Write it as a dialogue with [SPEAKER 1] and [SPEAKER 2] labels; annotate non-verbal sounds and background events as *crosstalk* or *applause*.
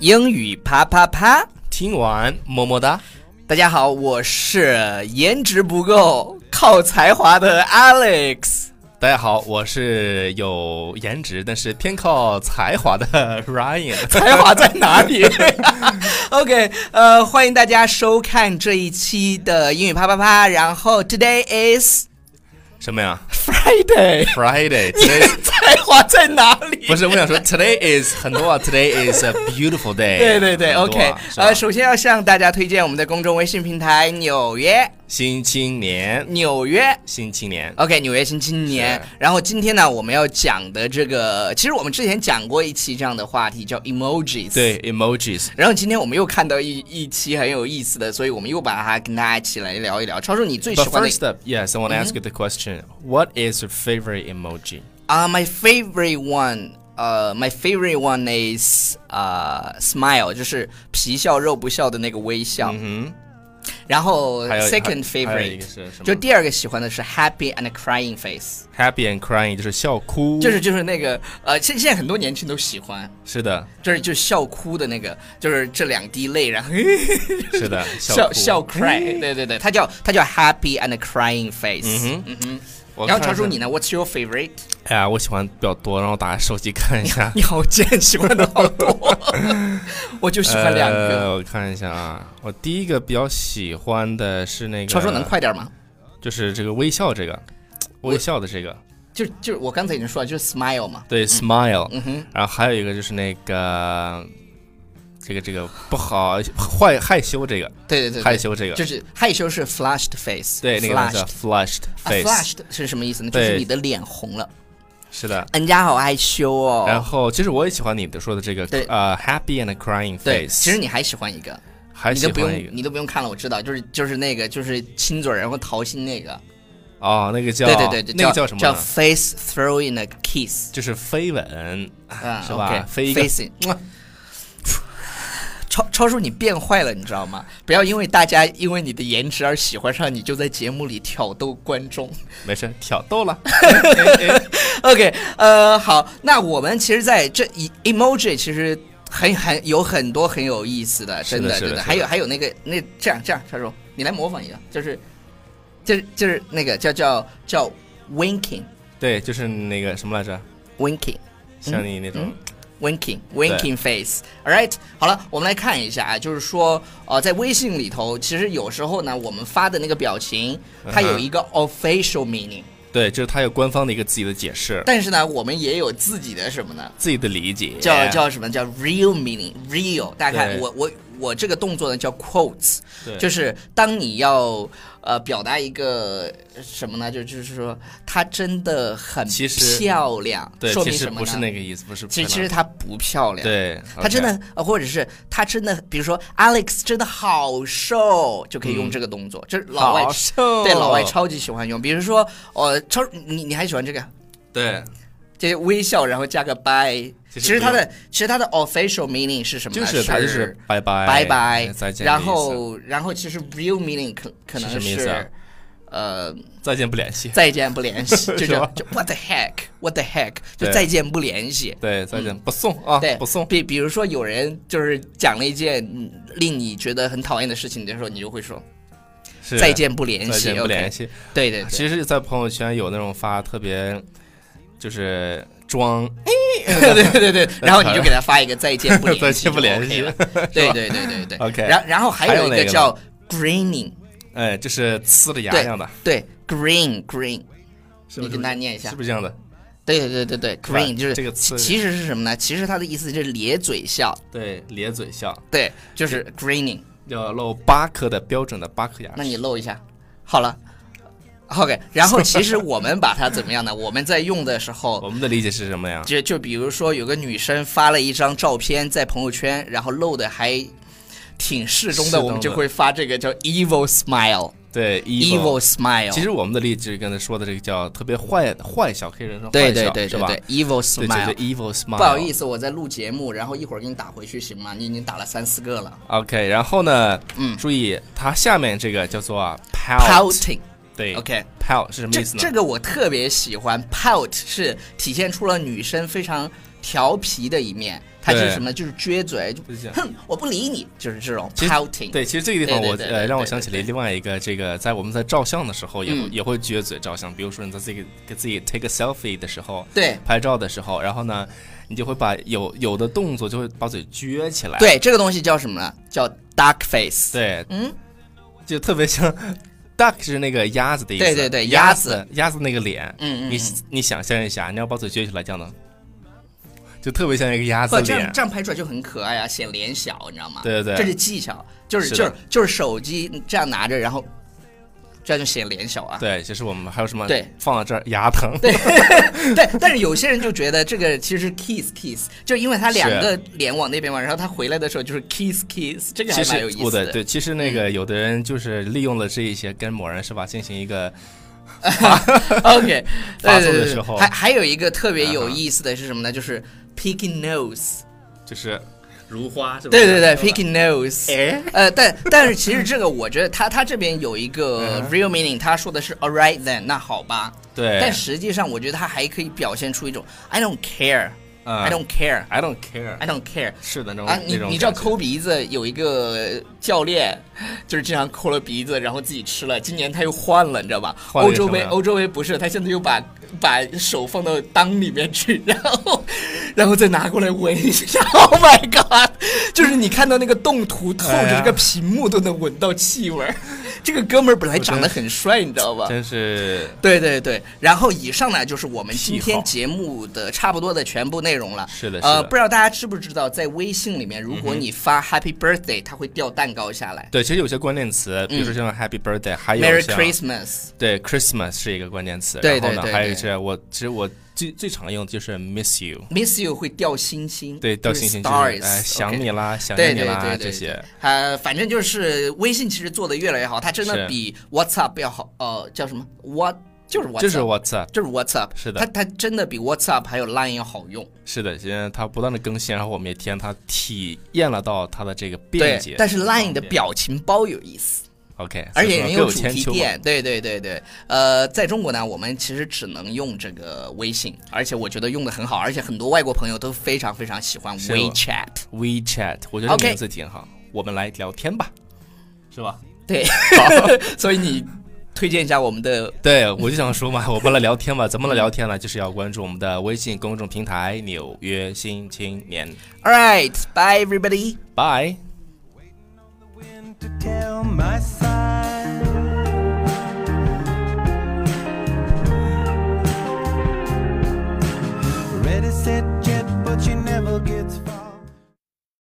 [SPEAKER 1] 英语啪啪啪！
[SPEAKER 2] 听完么么哒，
[SPEAKER 1] 大家好，我是颜值不够靠才华的 Alex。
[SPEAKER 2] 大家好，我是有颜值但是偏靠才华的 Ryan。
[SPEAKER 1] 才华在哪
[SPEAKER 2] *laughs*
[SPEAKER 1] 里？OK，呃，欢迎大家收看这一期的英语啪啪啪。然后 Today is
[SPEAKER 2] 什么呀
[SPEAKER 1] Friday。 *laughs*
[SPEAKER 2] ？Friday
[SPEAKER 1] 你
[SPEAKER 2] today
[SPEAKER 1] 才华在哪里？
[SPEAKER 2] 不是我想说 today is 很多啊，today is a beautiful day
[SPEAKER 1] 对对对
[SPEAKER 2] 很多
[SPEAKER 1] ，OK
[SPEAKER 2] 啊。是吧
[SPEAKER 1] 呃，首先要向大家推荐我们的公众微信平台《纽约
[SPEAKER 2] 新青年，
[SPEAKER 1] 纽约》。
[SPEAKER 2] 新青年，
[SPEAKER 1] OK，纽约新青年
[SPEAKER 2] 是。
[SPEAKER 1] 然后今天呢，我们要讲的这个，其实我们之前讲过一期这样的话题，叫 emojis。
[SPEAKER 2] 对 emojis，
[SPEAKER 1] 然后今天我们又看到一一期很有意思的，所以我们又把它跟大家一起来聊一聊。超叔，你最喜
[SPEAKER 2] But
[SPEAKER 1] 欢的
[SPEAKER 2] first up, yes, I want to ask you
[SPEAKER 1] Mm-hmm
[SPEAKER 2] the question. What is your favorite emoji?
[SPEAKER 1] 啊、m y favorite one，呃、m y favorite one is 呃、smile，就是皮笑肉不笑的那个微笑。
[SPEAKER 2] 嗯
[SPEAKER 1] 然后
[SPEAKER 2] 哼，还有
[SPEAKER 1] second
[SPEAKER 2] 还还有一个
[SPEAKER 1] favorite，
[SPEAKER 2] 是什
[SPEAKER 1] 就
[SPEAKER 2] 么
[SPEAKER 1] 第二个喜欢的是 happy and crying face，
[SPEAKER 2] ？Happy and crying 就是笑哭，
[SPEAKER 1] 就是就是那个呃，现现在很多年轻人都喜欢。
[SPEAKER 2] 是的，
[SPEAKER 1] 就是就笑哭的那个，就是这两滴泪，然后
[SPEAKER 2] 是
[SPEAKER 1] *laughs*
[SPEAKER 2] 的，
[SPEAKER 1] 笑
[SPEAKER 2] 哭
[SPEAKER 1] 笑 cry，对对对，它叫它叫 happy and crying face。
[SPEAKER 2] 嗯哼，我
[SPEAKER 1] 然
[SPEAKER 2] 看
[SPEAKER 1] 后超叔
[SPEAKER 2] 一下
[SPEAKER 1] 你呢？What's your favorite？。
[SPEAKER 2] 哎呀，我喜欢比较多，然后打开手机看一下
[SPEAKER 1] *laughs* 你好贱，喜欢的好多， *laughs* 我就喜欢两个。
[SPEAKER 2] 呃，我看一下啊，我第一个比较喜欢的是那个，
[SPEAKER 1] 超叔能，快点吗？
[SPEAKER 2] 就是这个微笑这个，微笑的这个，
[SPEAKER 1] 就就我刚才已经说了，就是 smile 嘛。
[SPEAKER 2] 对，smile，
[SPEAKER 1] 嗯哼，
[SPEAKER 2] 然后还有一个就是那个，这个这个不好，坏害羞这个，
[SPEAKER 1] 对对对
[SPEAKER 2] 害
[SPEAKER 1] 对，
[SPEAKER 2] 羞这个
[SPEAKER 1] 就，是害羞是 flushed face，
[SPEAKER 2] 对，那个东西叫
[SPEAKER 1] flushed。
[SPEAKER 2] flushed
[SPEAKER 1] 啊
[SPEAKER 2] face，
[SPEAKER 1] flushed 是什么意思呢？就是
[SPEAKER 2] 对
[SPEAKER 1] 你的脸红了，
[SPEAKER 2] 是的。
[SPEAKER 1] 人家好害羞
[SPEAKER 2] 然
[SPEAKER 1] 哦。
[SPEAKER 2] 后其实我也喜欢你的说的这个
[SPEAKER 1] 对，
[SPEAKER 2] 呃，happy and crying
[SPEAKER 1] 对，
[SPEAKER 2] face，
[SPEAKER 1] 其实你还喜欢一个，
[SPEAKER 2] 还
[SPEAKER 1] 你
[SPEAKER 2] 喜
[SPEAKER 1] 都不
[SPEAKER 2] 欢一
[SPEAKER 1] 用，
[SPEAKER 2] 个
[SPEAKER 1] 你都不用看了，我知道，就是就是那个，就是亲嘴儿然后桃心那个，
[SPEAKER 2] 哦，那个叫
[SPEAKER 1] 对对对对，
[SPEAKER 2] 那个叫什么
[SPEAKER 1] 叫
[SPEAKER 2] 呢？
[SPEAKER 1] face throwing a kiss，
[SPEAKER 2] 就是飞吻，
[SPEAKER 1] 啊，
[SPEAKER 2] 是吧
[SPEAKER 1] OK，
[SPEAKER 2] 飞一个
[SPEAKER 1] facing。mwah *laughs* 超超叔，你变坏了，你知道吗？不要因为大家因为你的颜值而喜欢上你，就在节目里挑逗观众。 *laughs*
[SPEAKER 2] 没事，挑逗了。哎
[SPEAKER 1] OK，呃，好，那我们其实在这一 emoji 其实很很有很多很有意思的，
[SPEAKER 2] 是
[SPEAKER 1] 真
[SPEAKER 2] 的
[SPEAKER 1] 的
[SPEAKER 2] 是的
[SPEAKER 1] 真的，
[SPEAKER 2] 是的
[SPEAKER 1] 还有还有那个那这样这样，超叔，你来模仿一个，就是就是就是那个叫叫叫 winking
[SPEAKER 2] 对，就是那个什么来着，
[SPEAKER 1] winking。
[SPEAKER 2] 像你那
[SPEAKER 1] 嗯
[SPEAKER 2] 种，
[SPEAKER 1] Winking Winking Face。All right，好了，我们来看一下啊，就是说，呃，在微信里头，其实有时候呢，我们发的那个表情，它
[SPEAKER 2] 嗯哼
[SPEAKER 1] 有一个 official meaning，、
[SPEAKER 2] 对，就是它有官方的一个自己的解释，
[SPEAKER 1] 但是呢，我们也有自己的什么呢？
[SPEAKER 2] 自己的理解，哎
[SPEAKER 1] 叫叫什么叫 real meaning？real，大家看
[SPEAKER 2] 对
[SPEAKER 1] 我我我这个动作呢叫 quotes，
[SPEAKER 2] 对
[SPEAKER 1] 就是当你要呃表达一个什么呢？就就是说她真的很
[SPEAKER 2] 其实
[SPEAKER 1] 漂亮，
[SPEAKER 2] 对，
[SPEAKER 1] 说
[SPEAKER 2] 其
[SPEAKER 1] 明
[SPEAKER 2] 实
[SPEAKER 1] 什么
[SPEAKER 2] 不
[SPEAKER 1] 呢？
[SPEAKER 2] 是那个意思，不是
[SPEAKER 1] 其实
[SPEAKER 2] 不
[SPEAKER 1] 其
[SPEAKER 2] 是
[SPEAKER 1] 实她不漂
[SPEAKER 2] 那
[SPEAKER 1] 亮，
[SPEAKER 2] 对，
[SPEAKER 1] 他真
[SPEAKER 2] OK
[SPEAKER 1] 的，呃或者是他真的，比如说 Alex 真的好瘦，就可以用这个动作。这老外
[SPEAKER 2] 好瘦，
[SPEAKER 1] 对老外超级喜欢用。比如说，呃，超你你还喜欢这个，
[SPEAKER 2] 对，
[SPEAKER 1] 这微笑然后加个 bye。
[SPEAKER 2] 其实
[SPEAKER 1] 其实
[SPEAKER 2] 不
[SPEAKER 1] 它的其实它的 official meaning 是什么
[SPEAKER 2] 就
[SPEAKER 1] 呢？
[SPEAKER 2] 是它就是拜拜
[SPEAKER 1] 拜拜
[SPEAKER 2] 再，见的意
[SPEAKER 1] 然
[SPEAKER 2] 思，
[SPEAKER 1] 后然后其实 real meaning 可可能
[SPEAKER 2] 是什么意思啊
[SPEAKER 1] 是，呃，
[SPEAKER 2] 再见不联系，
[SPEAKER 1] 再见不联系，就
[SPEAKER 2] *laughs*
[SPEAKER 1] 这
[SPEAKER 2] 是
[SPEAKER 1] 样
[SPEAKER 2] 吧
[SPEAKER 1] 就 what the heck，what the heck，就
[SPEAKER 2] 对
[SPEAKER 1] 再见不联系。
[SPEAKER 2] 对，再见不送啊
[SPEAKER 1] 嗯对，，
[SPEAKER 2] 不送，
[SPEAKER 1] 比比如说，有人就是讲了一件嗯令你觉得很讨厌的事情的时候，你就会说
[SPEAKER 2] 是
[SPEAKER 1] 再，见不联
[SPEAKER 2] 再
[SPEAKER 1] 系
[SPEAKER 2] 见不联
[SPEAKER 1] OK，
[SPEAKER 2] 系。
[SPEAKER 1] 对对对，
[SPEAKER 2] 其实，在朋友圈有那种发特别，就是装
[SPEAKER 1] 对对对对，然后你就给他发一个再见不联系，
[SPEAKER 2] 再见不联系
[SPEAKER 1] 就 OK 了，对对对对对
[SPEAKER 2] OK
[SPEAKER 1] 然然后还
[SPEAKER 2] 还
[SPEAKER 1] 有
[SPEAKER 2] 有
[SPEAKER 1] 一
[SPEAKER 2] 那个
[SPEAKER 1] 个
[SPEAKER 2] 呢
[SPEAKER 1] 叫 greening，
[SPEAKER 2] 哎，就是呲着牙
[SPEAKER 1] 对
[SPEAKER 2] 一样的，
[SPEAKER 1] 对 green green，
[SPEAKER 2] 是
[SPEAKER 1] 你
[SPEAKER 2] 不是
[SPEAKER 1] 跟大家念一下
[SPEAKER 2] 是，不是这样的？
[SPEAKER 1] 对对对对对
[SPEAKER 2] 吧
[SPEAKER 1] green 就是
[SPEAKER 2] 这个
[SPEAKER 1] 其
[SPEAKER 2] 词
[SPEAKER 1] 其实是什么呢？其实它的意思就是咧嘴笑，
[SPEAKER 2] 对，咧嘴笑，
[SPEAKER 1] 对，就是 greening。
[SPEAKER 2] 要露八颗的标准的八颗牙齿。
[SPEAKER 1] 那你露一下，好了。OK，然后其实我们把它怎么样呢？我们在用的时候，
[SPEAKER 2] 我们的理解是什么呀？
[SPEAKER 1] 就就比如说，有个女生发了一张照片在朋友圈，然后露的还挺适中
[SPEAKER 2] 适
[SPEAKER 1] 的，
[SPEAKER 2] 中的
[SPEAKER 1] 我们就会发这个叫 evil smile，evil
[SPEAKER 2] 对，evil。
[SPEAKER 1] smile。
[SPEAKER 2] 其实我们的例子就是刚才说的这个叫特别坏坏笑，可以说
[SPEAKER 1] 对
[SPEAKER 2] 坏
[SPEAKER 1] 对
[SPEAKER 2] 笑
[SPEAKER 1] 对
[SPEAKER 2] 是
[SPEAKER 1] 对
[SPEAKER 2] 吧？
[SPEAKER 1] 对，evil
[SPEAKER 2] 对，就是
[SPEAKER 1] smile。
[SPEAKER 2] evil smile。
[SPEAKER 1] 不好意
[SPEAKER 2] 思。
[SPEAKER 1] 思，我在录节目，然后一会儿给你打回去行吗？你已经打了三四个了。
[SPEAKER 2] OK，然后呢？
[SPEAKER 1] 嗯
[SPEAKER 2] 注意它下面这个叫做啊 pout，
[SPEAKER 1] Pouting，OK，、
[SPEAKER 2] 对，pout 是什么
[SPEAKER 1] 这
[SPEAKER 2] 意思呢？
[SPEAKER 1] 这个我特别喜欢。Pout 是体现出了女生非常调皮的一面，他是
[SPEAKER 2] 对
[SPEAKER 1] 什么？就是撅嘴，就
[SPEAKER 2] 就是这样
[SPEAKER 1] 哼，我不理你，就是这种
[SPEAKER 2] 其实
[SPEAKER 1] pouting。
[SPEAKER 2] 对，其实这个地方
[SPEAKER 1] 对对
[SPEAKER 2] 我
[SPEAKER 1] 对
[SPEAKER 2] 呃
[SPEAKER 1] 对
[SPEAKER 2] 让我
[SPEAKER 1] 对
[SPEAKER 2] 想起了
[SPEAKER 1] 对
[SPEAKER 2] 另外一个，这个在我们在照相的时候也会
[SPEAKER 1] 嗯
[SPEAKER 2] 也会撅嘴照相，比如说你在自己给自己 take a selfie 的时候，
[SPEAKER 1] 对
[SPEAKER 2] 拍照的时候，然后呢，你就会把有有的动作就会把嘴撅起来，
[SPEAKER 1] 对，这个东西叫什么呢？叫 duck face。
[SPEAKER 2] 对，
[SPEAKER 1] 嗯，
[SPEAKER 2] 就特别像 *laughs* duck 是那个鸭子的意思，
[SPEAKER 1] 对对对
[SPEAKER 2] 鸭
[SPEAKER 1] 鸭
[SPEAKER 2] 子鸭子那个脸，
[SPEAKER 1] 嗯嗯
[SPEAKER 2] 你你想象一下，你要把嘴撅起来这样的，就特别像一个鸭子
[SPEAKER 1] 不，这
[SPEAKER 2] 脸
[SPEAKER 1] 样，这样拍出来就很可爱啊，显脸小，你知道吗？
[SPEAKER 2] 对对
[SPEAKER 1] 这
[SPEAKER 2] 对
[SPEAKER 1] 是技巧，就是
[SPEAKER 2] 是的
[SPEAKER 1] 就是就是手机这样拿着，然后这样就显脸小啊。
[SPEAKER 2] 对，就是我们还有什么
[SPEAKER 1] 对
[SPEAKER 2] 放到这儿牙疼，
[SPEAKER 1] 对，但是有些人就觉得这个其实是 kiss kiss，就因为他两个脸往那边嘛，然后他回来的时候就是 kiss kiss，这个
[SPEAKER 2] *laughs* 其
[SPEAKER 1] 还
[SPEAKER 2] 实
[SPEAKER 1] 蛮有意
[SPEAKER 2] 我
[SPEAKER 1] 思
[SPEAKER 2] 的
[SPEAKER 1] 的。嗯
[SPEAKER 2] 对，其实那个有的人就是利用了这一些跟某人是吧，进行一个
[SPEAKER 1] *laughs* *laughs* OK，
[SPEAKER 2] 发
[SPEAKER 1] 对对
[SPEAKER 2] 作的
[SPEAKER 1] 对
[SPEAKER 2] 时候
[SPEAKER 1] 对，还还有一个特别
[SPEAKER 2] 啊
[SPEAKER 1] 有
[SPEAKER 2] 哈
[SPEAKER 1] 意思的是什么呢？就是 picking nose，
[SPEAKER 2] 就是如花，是吧？
[SPEAKER 1] 对对对，picking nose。
[SPEAKER 2] 哎，
[SPEAKER 1] 呃，但但是其实这个，我觉得他他这边有一个
[SPEAKER 2] 嗯哎
[SPEAKER 1] real meaning，他说的是 alright then，那好吧。
[SPEAKER 2] 对，
[SPEAKER 1] 但实际上，我觉得他还可以表现出一种 I don't care，I
[SPEAKER 2] 嗯
[SPEAKER 1] don't care，I
[SPEAKER 2] I don't care，
[SPEAKER 1] don't care。
[SPEAKER 2] 是的那种
[SPEAKER 1] 啊，你
[SPEAKER 2] 那种
[SPEAKER 1] 你知道
[SPEAKER 2] 感觉
[SPEAKER 1] 抠鼻子有一个教练， *laughs* 就是经常抠了鼻子，然后自己吃了。今年他又换了，你知道吧？
[SPEAKER 2] 换
[SPEAKER 1] 欧
[SPEAKER 2] 了一个
[SPEAKER 1] 洲
[SPEAKER 2] 什么
[SPEAKER 1] 杯
[SPEAKER 2] 呀
[SPEAKER 1] 欧洲杯不是，他现在又把把手放到裆里面去，然后 *laughs* 然后再拿过来闻一下。Oh my god！就是你看到那个动图透
[SPEAKER 2] 哎
[SPEAKER 1] 着
[SPEAKER 2] 呀
[SPEAKER 1] 这个屏幕都能闻到气味儿。这个哥们儿本来长得很帅，你知道吧？
[SPEAKER 2] 真是
[SPEAKER 1] 对对对，然后以上呢就是我们今
[SPEAKER 2] 癖
[SPEAKER 1] 天
[SPEAKER 2] 好
[SPEAKER 1] 节目的差不多的全部内容了。
[SPEAKER 2] 是的是
[SPEAKER 1] 呃，
[SPEAKER 2] 的嗯
[SPEAKER 1] 不知道大家知不知道，在微信里面，如果你发 Happy Birthday，它会掉蛋糕下来。
[SPEAKER 2] 对。其实有些关键词，比如说像 Happy Birthday，还有
[SPEAKER 1] 嗯 Merry
[SPEAKER 2] 像
[SPEAKER 1] Christmas，
[SPEAKER 2] 对 Christmas 是一个关键词，
[SPEAKER 1] 对
[SPEAKER 2] 然后
[SPEAKER 1] 对
[SPEAKER 2] 呢，
[SPEAKER 1] 对
[SPEAKER 2] 还
[SPEAKER 1] 对
[SPEAKER 2] 有是我其实我最最常用的就是 Miss You，
[SPEAKER 1] Miss You 会掉星星，
[SPEAKER 2] 对，掉
[SPEAKER 1] 就是
[SPEAKER 2] 星星就是哎
[SPEAKER 1] Stars，
[SPEAKER 2] 想
[SPEAKER 1] OK
[SPEAKER 2] 你啦，想
[SPEAKER 1] 对
[SPEAKER 2] 念你
[SPEAKER 1] 对
[SPEAKER 2] 啦
[SPEAKER 1] 对
[SPEAKER 2] 这
[SPEAKER 1] 对
[SPEAKER 2] 些
[SPEAKER 1] 对，，呃，反正就是微信其实做的越来越好，它真
[SPEAKER 2] 是
[SPEAKER 1] 的比 WhatsApp 要好，呃，叫什么 What 就是 WhatsApp，
[SPEAKER 2] 就是 What's up，
[SPEAKER 1] 就是 WhatsApp，
[SPEAKER 2] 是的
[SPEAKER 1] 它它真的比 WhatsApp 还有 Line 要好用。
[SPEAKER 2] 是的，现在它不断的更新，然后我们也体验它体验了到它的这个
[SPEAKER 1] 对
[SPEAKER 2] 便捷，，
[SPEAKER 1] 但是 Line 的
[SPEAKER 2] 便
[SPEAKER 1] 表情包有意思。
[SPEAKER 2] OK，
[SPEAKER 1] 而
[SPEAKER 2] 所以
[SPEAKER 1] 且
[SPEAKER 2] 说
[SPEAKER 1] 也
[SPEAKER 2] 各
[SPEAKER 1] 有主
[SPEAKER 2] 千
[SPEAKER 1] 题
[SPEAKER 2] 秋嘛
[SPEAKER 1] 店，对对对对，呃，在中国呢，我们其实只能用这个微信，而且我觉得用的很好，而且很多外国朋友都非常非常喜欢
[SPEAKER 2] 是我哦
[SPEAKER 1] WeChat。
[SPEAKER 2] WeChat，我觉得这
[SPEAKER 1] OK
[SPEAKER 2] 名字挺好，我们来聊天吧，是吧？
[SPEAKER 1] 对， *laughs* 所以你推荐一下我们的
[SPEAKER 2] *laughs* 对，我就想说嘛，我们来聊天吧，怎么来聊天呢？就是要关注我们的微信公众平台《纽约新青年》
[SPEAKER 1] ，All right，bye everybody。
[SPEAKER 2] ，Bye。
[SPEAKER 3] wind to tell my side. Ready, set, jet, but she never gets far.